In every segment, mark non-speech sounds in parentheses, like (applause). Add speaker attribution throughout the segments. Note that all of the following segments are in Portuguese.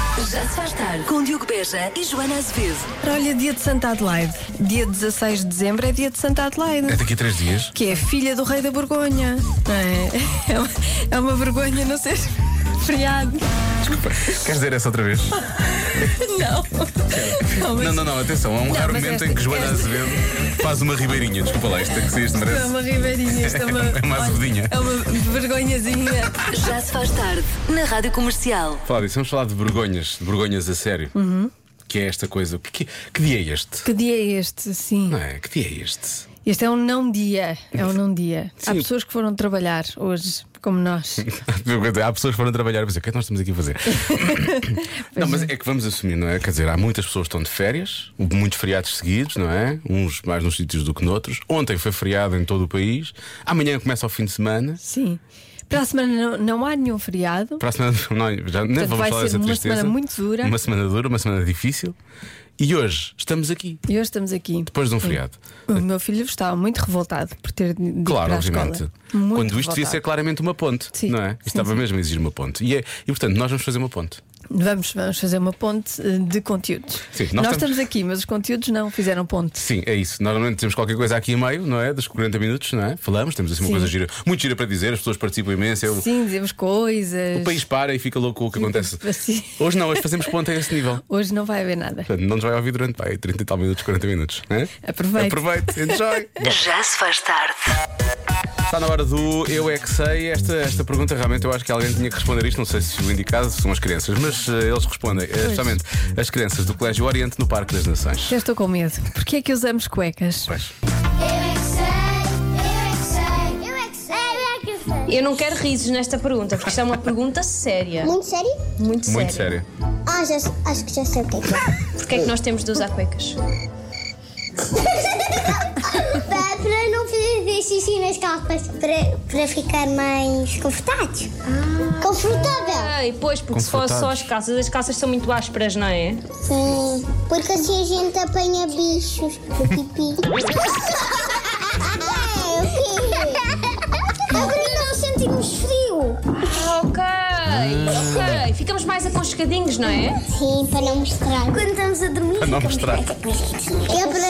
Speaker 1: Já se faz tarde com Diogo Beja e Joana Azevedo.
Speaker 2: Olha, dia de Santa Adelaide. Dia 16 de dezembro é dia de Santa Adelaide.
Speaker 3: É daqui a três dias.
Speaker 2: Que é filha do rei da Borgonha. Não é? (laughs) É uma, é uma vergonha não ser (laughs) feriado.
Speaker 3: Queres dizer essa outra vez?
Speaker 2: Não. Não, mas
Speaker 3: Não, não, não, atenção. Há um raro
Speaker 2: mas
Speaker 3: momento
Speaker 2: esta-
Speaker 3: em que Joana
Speaker 2: esta-
Speaker 3: Azevedo faz uma ribeirinha. Desculpa lá, isto é que se isto
Speaker 2: É
Speaker 3: merece.
Speaker 2: uma ribeirinha, isto é uma,
Speaker 3: É uma azedinha.
Speaker 2: É uma vergonhazinha.
Speaker 1: Já se faz tarde na Rádio Comercial.
Speaker 3: Falar disso, vamos falar de vergonhas, de vergonhas a sério.
Speaker 2: Uhum.
Speaker 3: Que é esta coisa. Que, que, que dia é este?
Speaker 2: Que dia é este? Sim.
Speaker 3: Não é? Que dia é este? (laughs)
Speaker 2: Este é um não dia. É um não dia. Há
Speaker 3: Sim.
Speaker 2: pessoas que foram trabalhar hoje, como nós.
Speaker 3: Há pessoas que foram trabalhar e dizer, o que é que nós estamos aqui
Speaker 2: (laughs)
Speaker 3: a fazer? não, mas é que vamos assumir, não é? Quer dizer, há muitas pessoas que estão de férias, muitos feriados seguidos, não é? Uns mais nos sítios do que noutros. Ontem foi feriado em todo o país. Amanhã começa o fim de semana.
Speaker 2: Sim. Para a semana não, não há nenhum feriado.
Speaker 3: Para a semana, não, já nem
Speaker 2: Portanto,
Speaker 3: vamos
Speaker 2: vai
Speaker 3: falar
Speaker 2: ser
Speaker 3: dessa
Speaker 2: uma
Speaker 3: tristeza.
Speaker 2: semana muito dura.
Speaker 3: Uma semana dura, uma semana difícil. E hoje estamos aqui,
Speaker 2: E hoje estamos aqui.
Speaker 3: depois de um feriado.
Speaker 2: O meu filho estava muito revoltado por ter de de ir
Speaker 3: Claro,
Speaker 2: para a
Speaker 3: obviamente.
Speaker 2: escola. Muito
Speaker 3: Quando isto devia ser
Speaker 2: revoltado.
Speaker 3: claramente uma ponte,
Speaker 2: Sim,
Speaker 3: não é?
Speaker 2: sim,
Speaker 3: Isto Estava
Speaker 2: sim.
Speaker 3: mesmo a exigir uma ponte. E, é- e, portanto, nós vamos fazer uma ponte.
Speaker 2: Vamos, vamos fazer uma ponte eh, de conteúdos.
Speaker 3: Sim, nós
Speaker 2: nós
Speaker 3: estamos-
Speaker 2: estamos aqui, mas os conteúdos não fizeram ponte.
Speaker 3: Sim, é isso. Normalmente temos qualquer coisa aqui a meio, não é? Dos 40 minutos, não é? Falamos, temos assim uma
Speaker 2: Sim.
Speaker 3: coisa gira, muito gira para dizer, as pessoas participam imenso. é o-
Speaker 2: Sim, dizemos coisas.
Speaker 3: O país para e fica louco com o que acontece.
Speaker 2: (laughs) Assim.
Speaker 3: Hoje não, hoje fazemos ponte a esse nível.
Speaker 2: Hoje não vai haver nada.
Speaker 3: Portanto, não nos vai ouvir durante pá, 30 e tal minutos, 40 minutos. Né?
Speaker 2: Aproveite.
Speaker 3: Aproveite, enjoy.
Speaker 2: (laughs)
Speaker 1: Já se faz tarde.
Speaker 3: Está na hora do Eu É Que Sei. Esta, esta pergunta realmente eu acho que alguém tinha que responder isto. Não sei se o indicado são as crianças, mas eh, eles respondem, eh, especialmente as crianças do Colégio Oriente no Parque das Nações.
Speaker 2: Já estou com medo. Porquê é que usamos cuecas?
Speaker 3: Pois.
Speaker 4: Eu é que sei, eu é que sei, eu é que sei, eu é que sei.
Speaker 5: Eu não quero risos nesta pergunta, porque isto é uma pergunta séria.
Speaker 4: Muito sério?
Speaker 5: Muito,
Speaker 3: Muito
Speaker 5: séria.
Speaker 3: sério.
Speaker 4: Ah, já, acho que já sei o que é que é.
Speaker 5: Porquê é que nós temos de usar cuecas?
Speaker 4: para, para não fazer xixi nas calças. Para, para ficar mais confortável. Confortável.
Speaker 5: Ai, pois, porque se fosse só as calças, as calças são muito ásperas, não é?
Speaker 4: Sim, porque assim a gente apanha bichos. O pipi. é, o quê? Agora nós sentimos frio.
Speaker 5: Ah, Ok, ok. Ficamos mais aconchegadinhos, não é?
Speaker 4: Sim, para não mostrar. Quando estamos a dormir,
Speaker 3: Para não mostrar.
Speaker 4: É para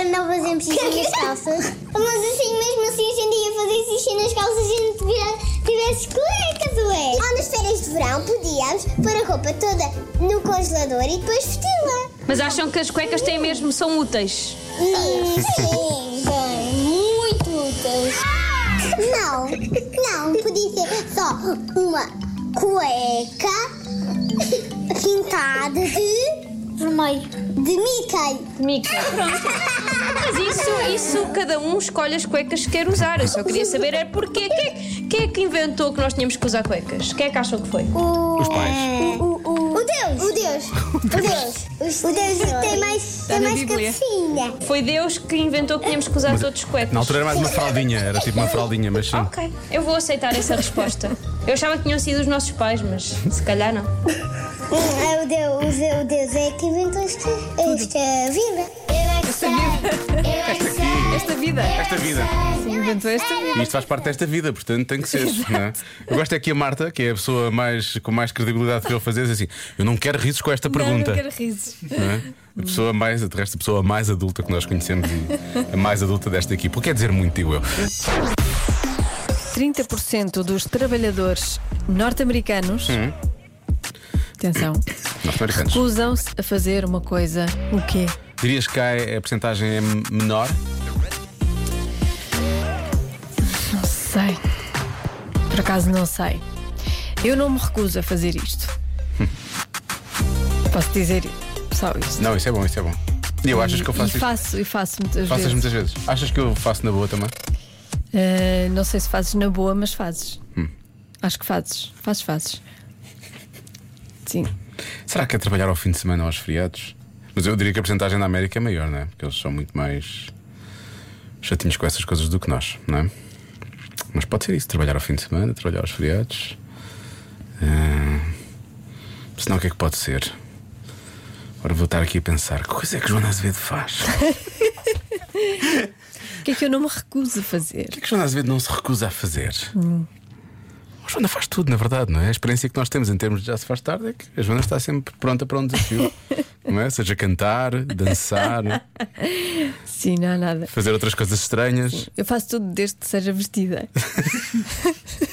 Speaker 4: não fazermos xixi nas calças. Mas assim, mesmo assim, a gente ia fazer xixi nas calças se a gente vira- tivesse cuecas, ué. Ou nas férias de verão, podíamos pôr a roupa toda no congelador e depois vesti-la.
Speaker 5: Mas acham que as cuecas têm mesmo, são úteis?
Speaker 4: Sim, bem, muito úteis. Não, não, podia ser só uma cueca pintada de vermelho. De Mickey.
Speaker 5: Mica. Mas isso, isso, cada um escolhe as cuecas que quer usar. Eu só queria saber é porquê. Quem é, quem é que inventou que nós tínhamos que usar cuecas? Quem é que acham que foi?
Speaker 2: É.
Speaker 4: Os
Speaker 3: pais.
Speaker 4: O, Deus. O Deus. O Deus. Tá O Deus é tem mais, tem
Speaker 2: na
Speaker 4: mais
Speaker 2: Bíblia.
Speaker 4: cabecinha.
Speaker 5: Foi Deus que inventou que tínhamos que usar todos cuecas.
Speaker 3: Na altura era mais uma fraldinha, era tipo uma fraldinha, mas sim.
Speaker 5: Ok, eu vou aceitar essa resposta. Eu achava que tinham sido os nossos pais, mas se calhar não.
Speaker 4: É o Deus, o Deus é que inventou esta, esta vida. é
Speaker 2: Esta vida. Esta vida.
Speaker 3: Esta vida.
Speaker 2: Sim,
Speaker 4: é
Speaker 2: inventou esta vida.
Speaker 3: E isto faz parte desta vida, portanto tem que ser. não é? Eu gosto é que a Marta, que é a pessoa mais, com mais credibilidade que eu fazer, diz assim: Eu não quero risos com esta pergunta.
Speaker 2: Não, não quero risos.
Speaker 3: não é? A pessoa mais, de resto, a pessoa mais adulta que nós conhecemos e a mais adulta desta equipa. O que quer dizer muito, digo eu.
Speaker 2: 30% dos trabalhadores norte-americanos.
Speaker 3: Hum.
Speaker 2: Atenção.
Speaker 3: Norte-americanos.
Speaker 2: Recusam-se a fazer uma coisa. O quê?
Speaker 3: Dirias que cá é- a porcentagem é menor?
Speaker 2: Sei. Por acaso não sei. Eu não me recuso a fazer isto. Posso dizer só isto.
Speaker 3: Não, isso é bom, isso é bom. E eu achas que eu faço
Speaker 2: e
Speaker 3: isto?
Speaker 2: faço, e faço muitas
Speaker 3: Faças
Speaker 2: vezes.
Speaker 3: muitas vezes. Achas que eu faço na boa também?
Speaker 2: Ah, não sei se fazes na boa, mas fazes.
Speaker 3: Hum.
Speaker 2: Acho que fazes. Fazes, fazes. Sim.
Speaker 3: Será que é trabalhar ao fim de semana ou aos feriados? Mas eu diria que a porcentagem na América é maior, não é? Porque eles são muito mais chatinhos com essas coisas do que nós, não é? Mas pode ser isso, trabalhar ao fim de semana, trabalhar aos feriados. Eh, Se senão o que é que pode ser? Ora, vou estar aqui a pensar, que coisa é que Joana Azevedo faz? O
Speaker 2: O que é que eu não me recuso a fazer?
Speaker 3: que é que Joana Azevedo não se recusa a fazer? Ou A Joana faz tudo, na verdade, não é? A experiência que nós temos em termos de já se faz tarde é que a Joana está sempre pronta para um desafio. não é? Seja cantar, dançar,
Speaker 2: Sim, não há nada.
Speaker 3: fazer outras coisas estranhas.
Speaker 2: Eu faço tudo desde que seja vestida. (laughs)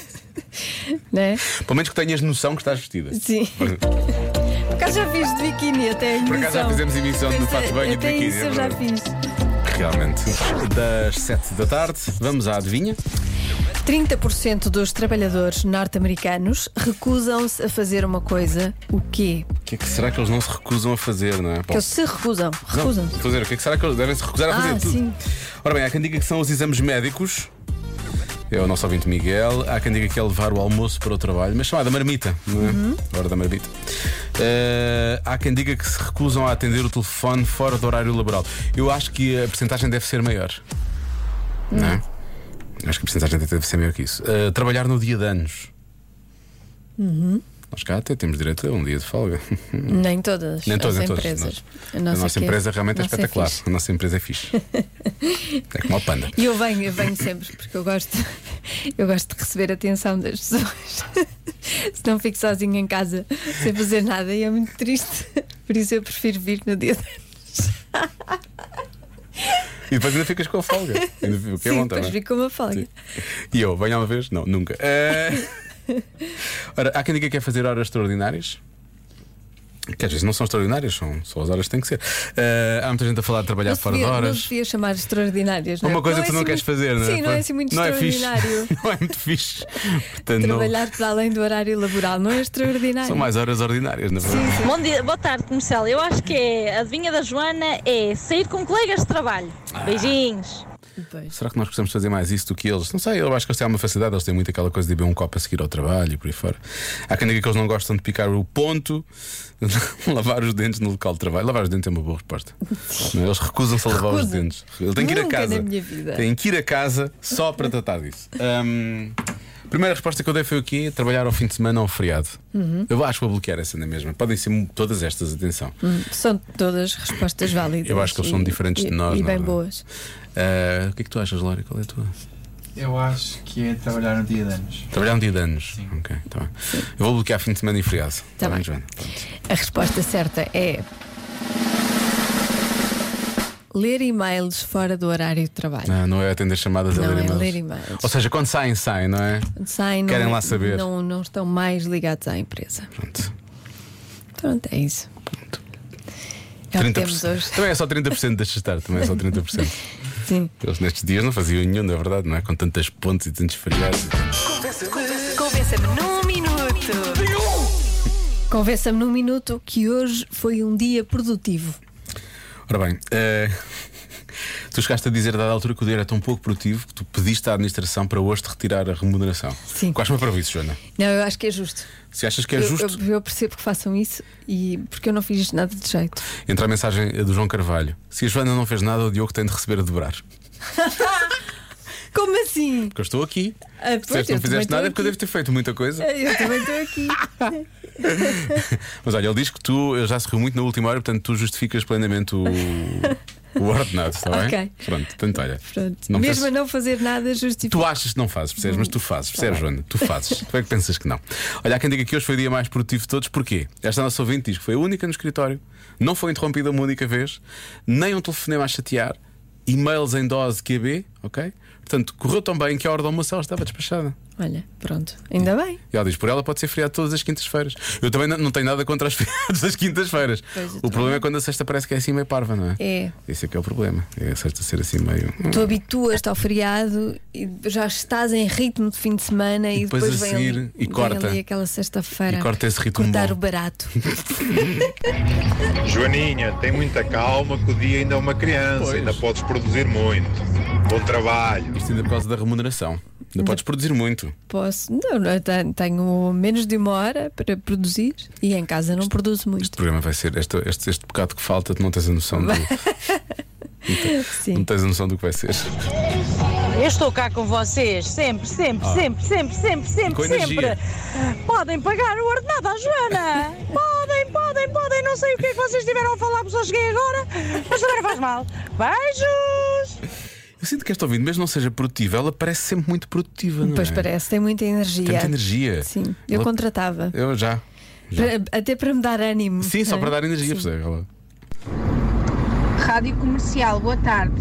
Speaker 2: né?
Speaker 3: Pelo menos que tenhas noção que estás vestida.
Speaker 2: Sim.
Speaker 3: Por
Speaker 2: Por acaso já fiz de biquíni até a emissão.
Speaker 3: acaso já fizemos emissão de
Speaker 2: Até-
Speaker 3: fato de banho e de
Speaker 2: Até
Speaker 3: biquíni.
Speaker 2: isso
Speaker 3: é
Speaker 2: eu já
Speaker 3: verdade.
Speaker 2: fiz.
Speaker 3: Realmente. Das 7 da tarde, vamos à adivinha.
Speaker 2: 30% dos trabalhadores norte-americanos recusam-se a fazer uma coisa. O quê?
Speaker 3: O que é que será que eles não se recusam a fazer, não é? Bom,
Speaker 2: Que eles se recusam.
Speaker 3: não,
Speaker 2: Recusam-se.
Speaker 3: fazer, o que é que será que eles devem se recusar a
Speaker 2: Ah,
Speaker 3: fazer? Tudo.
Speaker 2: sim.
Speaker 3: Ora bem, há quem diga que são os exames médicos. É o nosso ouvinte Miguel. Há quem diga que é levar o almoço para o trabalho, mas chamada marmita, não é?
Speaker 2: Uhum.
Speaker 3: Hora da marmita. Eh, há quem diga que se recusam a atender o telefone fora do horário laboral. Eu acho que a percentagem deve ser maior. Não
Speaker 2: Hum.
Speaker 3: é? Eu Acho que a percentagem deve ser maior que isso. Eh, trabalhar no dia de anos.
Speaker 2: Uhum.
Speaker 3: Nós cá até temos direito a um dia de folga.
Speaker 2: Nem
Speaker 3: (laughs)
Speaker 2: todas
Speaker 3: Nem todas,
Speaker 2: as
Speaker 3: nem todas.
Speaker 2: empresas.
Speaker 3: Nós- a nossa,
Speaker 2: que é-
Speaker 3: empresa realmente é
Speaker 2: nossa
Speaker 3: espetacular.
Speaker 2: fixe.
Speaker 3: a nossa empresa
Speaker 2: (laughs)
Speaker 3: é fixe. é como o panda.
Speaker 2: E eu venho, eu venho sempre, porque eu gosto, (laughs) eu gosto de receber a atenção das pessoas. (laughs) Se não fico sozinha em casa sem fazer nada e é muito triste. (laughs) Por isso eu prefiro vir no dia de
Speaker 3: E depois ainda ficas com a folga. Ainda, o que é
Speaker 2: Sim,
Speaker 3: bom
Speaker 2: depois
Speaker 3: também.
Speaker 2: fico com uma folga.
Speaker 3: Sim. E eu, venho uma vez? Não, nunca.
Speaker 2: (laughs)
Speaker 3: Eh, Ora, há quem diga que quer fazer horas extraordinárias. Que às vezes não são extraordinárias, são só as horas que têm que ser. Eh, há muita gente a falar de trabalhar
Speaker 2: Não se
Speaker 3: fora de
Speaker 2: devia-
Speaker 3: horas.
Speaker 2: Não devia chamar extraordinárias, não é?
Speaker 3: Uma coisa
Speaker 2: Não
Speaker 3: que
Speaker 2: é
Speaker 3: tu não
Speaker 2: assim
Speaker 3: queres
Speaker 2: muito-
Speaker 3: fazer, não é?
Speaker 2: Sim, não é assim muito
Speaker 3: não É
Speaker 2: extraordinário.
Speaker 3: fixe. Não é muito fixe. Portanto, (laughs) não-
Speaker 2: Trabalhar para além do horário laboral não é extraordinário.
Speaker 3: São mais horas ordinárias, na verdade.
Speaker 6: Bom dia, boa tarde, comercial. Eu acho que é, a adivinha da Joana é sair com colegas de trabalho.
Speaker 3: Ah.
Speaker 6: Beijinhos.
Speaker 2: Pois.
Speaker 3: Será que nós precisamos fazer mais isso do que eles? Não sei, eu acho que eles têm uma facilidade, eles têm muito aquela coisa de beber um copo a seguir ao trabalho e por aí fora. Há quem diga que eles não gostam de picar o ponto, (laughs) lavar os dentes no local de trabalho. Lavar os dentes é uma boa
Speaker 2: (laughs)
Speaker 3: resposta. Não, Eles recusam-se a lavar os
Speaker 2: Recusam.
Speaker 3: dentes. Eles têm que ir a
Speaker 2: Nunca
Speaker 3: casa.
Speaker 2: na minha vida.
Speaker 3: Têm que ir a casa só para tratar disso. Hum, primeira resposta que eu dei foi o quê? Trabalhar ao fim de semana ou ao feriado.
Speaker 2: Uhum.
Speaker 3: Eu acho que vou bloquear essa na mesma. Podem ser mu- todas estas, atenção.
Speaker 2: São todas respostas válidas.
Speaker 3: Eu acho que eles são
Speaker 2: e-
Speaker 3: diferentes de
Speaker 2: e-
Speaker 3: nós, é?
Speaker 2: E
Speaker 3: na
Speaker 2: bem
Speaker 3: verdade.
Speaker 2: boas.
Speaker 3: Ah, o que é que tu achas, Laura? Qual é a tua?
Speaker 7: Eu acho que é trabalhar no dia de anos.
Speaker 3: Trabalhar um dia de anos. Ok, tá bem. Eu vou bloquear fim de semana e feriado.
Speaker 2: Tá bem.
Speaker 3: Joana?
Speaker 2: A resposta certa é. Ler e-mails fora do horário de trabalho.
Speaker 3: Não, não é atender chamadas a
Speaker 2: Não
Speaker 3: ler
Speaker 2: é
Speaker 3: e-mails.
Speaker 2: ler e-mails.
Speaker 3: Ou seja, quando saem, saem, não é?
Speaker 2: Saem, não-
Speaker 3: Querem lá saber.
Speaker 2: Não, não estão mais ligados à empresa.
Speaker 3: Pronto.
Speaker 2: Pronto, é isso. É o que temos hoje.
Speaker 3: Também é só 30% de estar, também é
Speaker 2: (laughs)
Speaker 3: só 30%.
Speaker 2: Sim.
Speaker 3: Eles nestes dias não faziam nenhum, na verdade, não é? Com tantas pontes e tantos feriados.
Speaker 1: Convença-me num minuto.
Speaker 2: Convença-me num minuto que hoje foi um dia produtivo.
Speaker 3: Ora bem, eh, (laughs) tu chegaste a dizer, a dada altura, que o dinheiro é tão pouco produtivo que tu pediste à administração para hoje te retirar a remuneração.
Speaker 2: Sim.
Speaker 3: Quais foram para isso, Joana?
Speaker 2: Não, eu acho que é justo.
Speaker 3: Se achas que é
Speaker 2: Eu-
Speaker 3: justo.
Speaker 2: Eu, eu percebo que façam isso e porque eu não fiz nada de jeito.
Speaker 3: Entra a mensagem do João Carvalho. Se a Joana não fez nada, o Diogo tem de receber a dobrar.
Speaker 2: Como assim?
Speaker 3: Porque eu estou aqui.
Speaker 2: Ah, pois,
Speaker 3: Se disseste que
Speaker 2: eu
Speaker 3: não
Speaker 2: também
Speaker 3: fizeste nada, é
Speaker 2: estou É.
Speaker 3: porque eu devo ter feito muita coisa.
Speaker 2: Eu também estou
Speaker 3: (laughs)
Speaker 2: aqui.
Speaker 3: Mas olha, ele diz que tu ele já se riu muito na última hora, portanto tu justificas plenamente o, o ordenado, está bem?
Speaker 2: Ok.
Speaker 3: Pronto, portanto olha.
Speaker 2: Pronto.
Speaker 3: Não
Speaker 2: Mesmo
Speaker 3: penses-
Speaker 2: a não fazer nada, justifico.
Speaker 3: Tu achas que não fazes, percebes? Mas tu fazes,
Speaker 2: Tá
Speaker 3: percebes, Joana? Tu fazes. tu é que pensas que não. Olha, há quem diga que hoje foi o dia mais produtivo de todos, porquê? Esta nossa ouvinte diz que foi a única no escritório, não foi interrompida uma única vez, nem um telefonema a chatear, e-mails em dose QB, ok? Portanto, correu tão bem que a hora do almoço ela estava despachada.
Speaker 2: Olha, pronto. Ainda bem.
Speaker 3: E ela diz: por ela pode ser feriado todas as quintas-feiras. Eu também não, não tenho nada contra as feriados das quintas-feiras.
Speaker 2: Pois, eu
Speaker 3: O
Speaker 2: também.
Speaker 3: problema é quando a sexta parece que é assim meio parva, não é?
Speaker 2: É.
Speaker 3: Esse é que é o problema. É a sexta ser assim meio.
Speaker 2: Tu habituas-te ao feriado e já estás em ritmo de fim de semana e,
Speaker 3: E depois a
Speaker 2: vem
Speaker 3: seguir,
Speaker 2: ali,
Speaker 3: e
Speaker 2: vem
Speaker 3: corta.
Speaker 2: ali aquela sexta-feira.
Speaker 3: E corta esse ritmo
Speaker 2: Cortar
Speaker 3: bom.
Speaker 2: o
Speaker 3: (laughs)
Speaker 2: barato.
Speaker 8: Joaninha, tem muita calma que o dia ainda é uma criança,
Speaker 3: Pois.
Speaker 8: ainda podes produzir muito. Bom trabalho.
Speaker 3: Isto ainda é por causa da remuneração. Ainda podes produzir muito.
Speaker 2: Posso? Não, não, te- tenho menos de uma hora para produzir e em casa não produzo
Speaker 3: Este
Speaker 2: muito.
Speaker 3: programa vai ser. Este, este, este bocado que falta, tu não tens a noção
Speaker 2: (laughs)
Speaker 3: do. Não
Speaker 2: Sim.
Speaker 3: tens a noção do que vai ser.
Speaker 6: Eu estou cá com vocês, sempre, sempre, sempre, sempre, sempre,
Speaker 3: Ah. Com
Speaker 6: sempre,
Speaker 3: energia.
Speaker 6: sempre. Podem pagar o ordenado
Speaker 3: (laughs)
Speaker 6: à Joana. podem, podem, podem. Não sei o que é que vocês tiveram a falar, porque só cheguei agora, mas também não faz mal. Beijos!
Speaker 3: Eu sinto que esta ouvinte, mesmo não seja produtiva, ela parece sempre muito produtiva, não
Speaker 2: Pois
Speaker 3: é?
Speaker 2: parece, tem muita energia.
Speaker 3: Tem muita energia.
Speaker 2: Sim, eu
Speaker 3: Ela-
Speaker 2: contratava.
Speaker 3: Eu já. já.
Speaker 2: Para- até para me dar ânimo.
Speaker 3: Sim, só
Speaker 2: É.
Speaker 3: para dar energia, percebe? Ela-
Speaker 6: Rádio Comercial, boa tarde.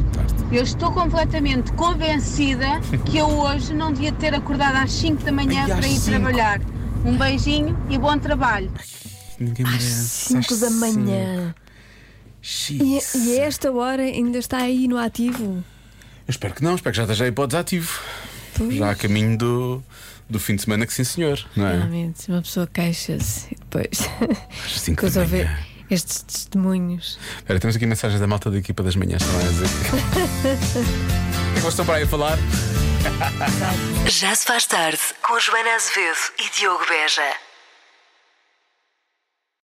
Speaker 6: Eu estou completamente convencida que eu hoje não devia ter acordado às 5 da manhã
Speaker 3: Ai, às
Speaker 6: para ir
Speaker 3: cinco.
Speaker 6: trabalhar. Um beijinho e bom trabalho.
Speaker 3: Ninguém merece.
Speaker 2: Cinco da manhã.
Speaker 3: Xiii.
Speaker 2: E, é- e a esta hora ainda está aí no ativo.
Speaker 3: Eu espero que não, espero que já esteja aí para o desativo.
Speaker 2: Pois.
Speaker 3: Já a caminho do, do fim de semana, que sim, senhor. Não é?
Speaker 2: Realmente, uma pessoa queixa-se e depois. (laughs)
Speaker 3: Às cinco
Speaker 2: Depois
Speaker 3: da
Speaker 2: ouve
Speaker 3: manhã.
Speaker 2: estes testemunhos.
Speaker 3: Espera, temos aqui mensagens da malta da equipa das manhãs também a dizer. O que
Speaker 2: (laughs)
Speaker 3: é que vocês estão para aí a falar?
Speaker 1: Já se faz tarde com Joana Azevedo e Diogo Beja.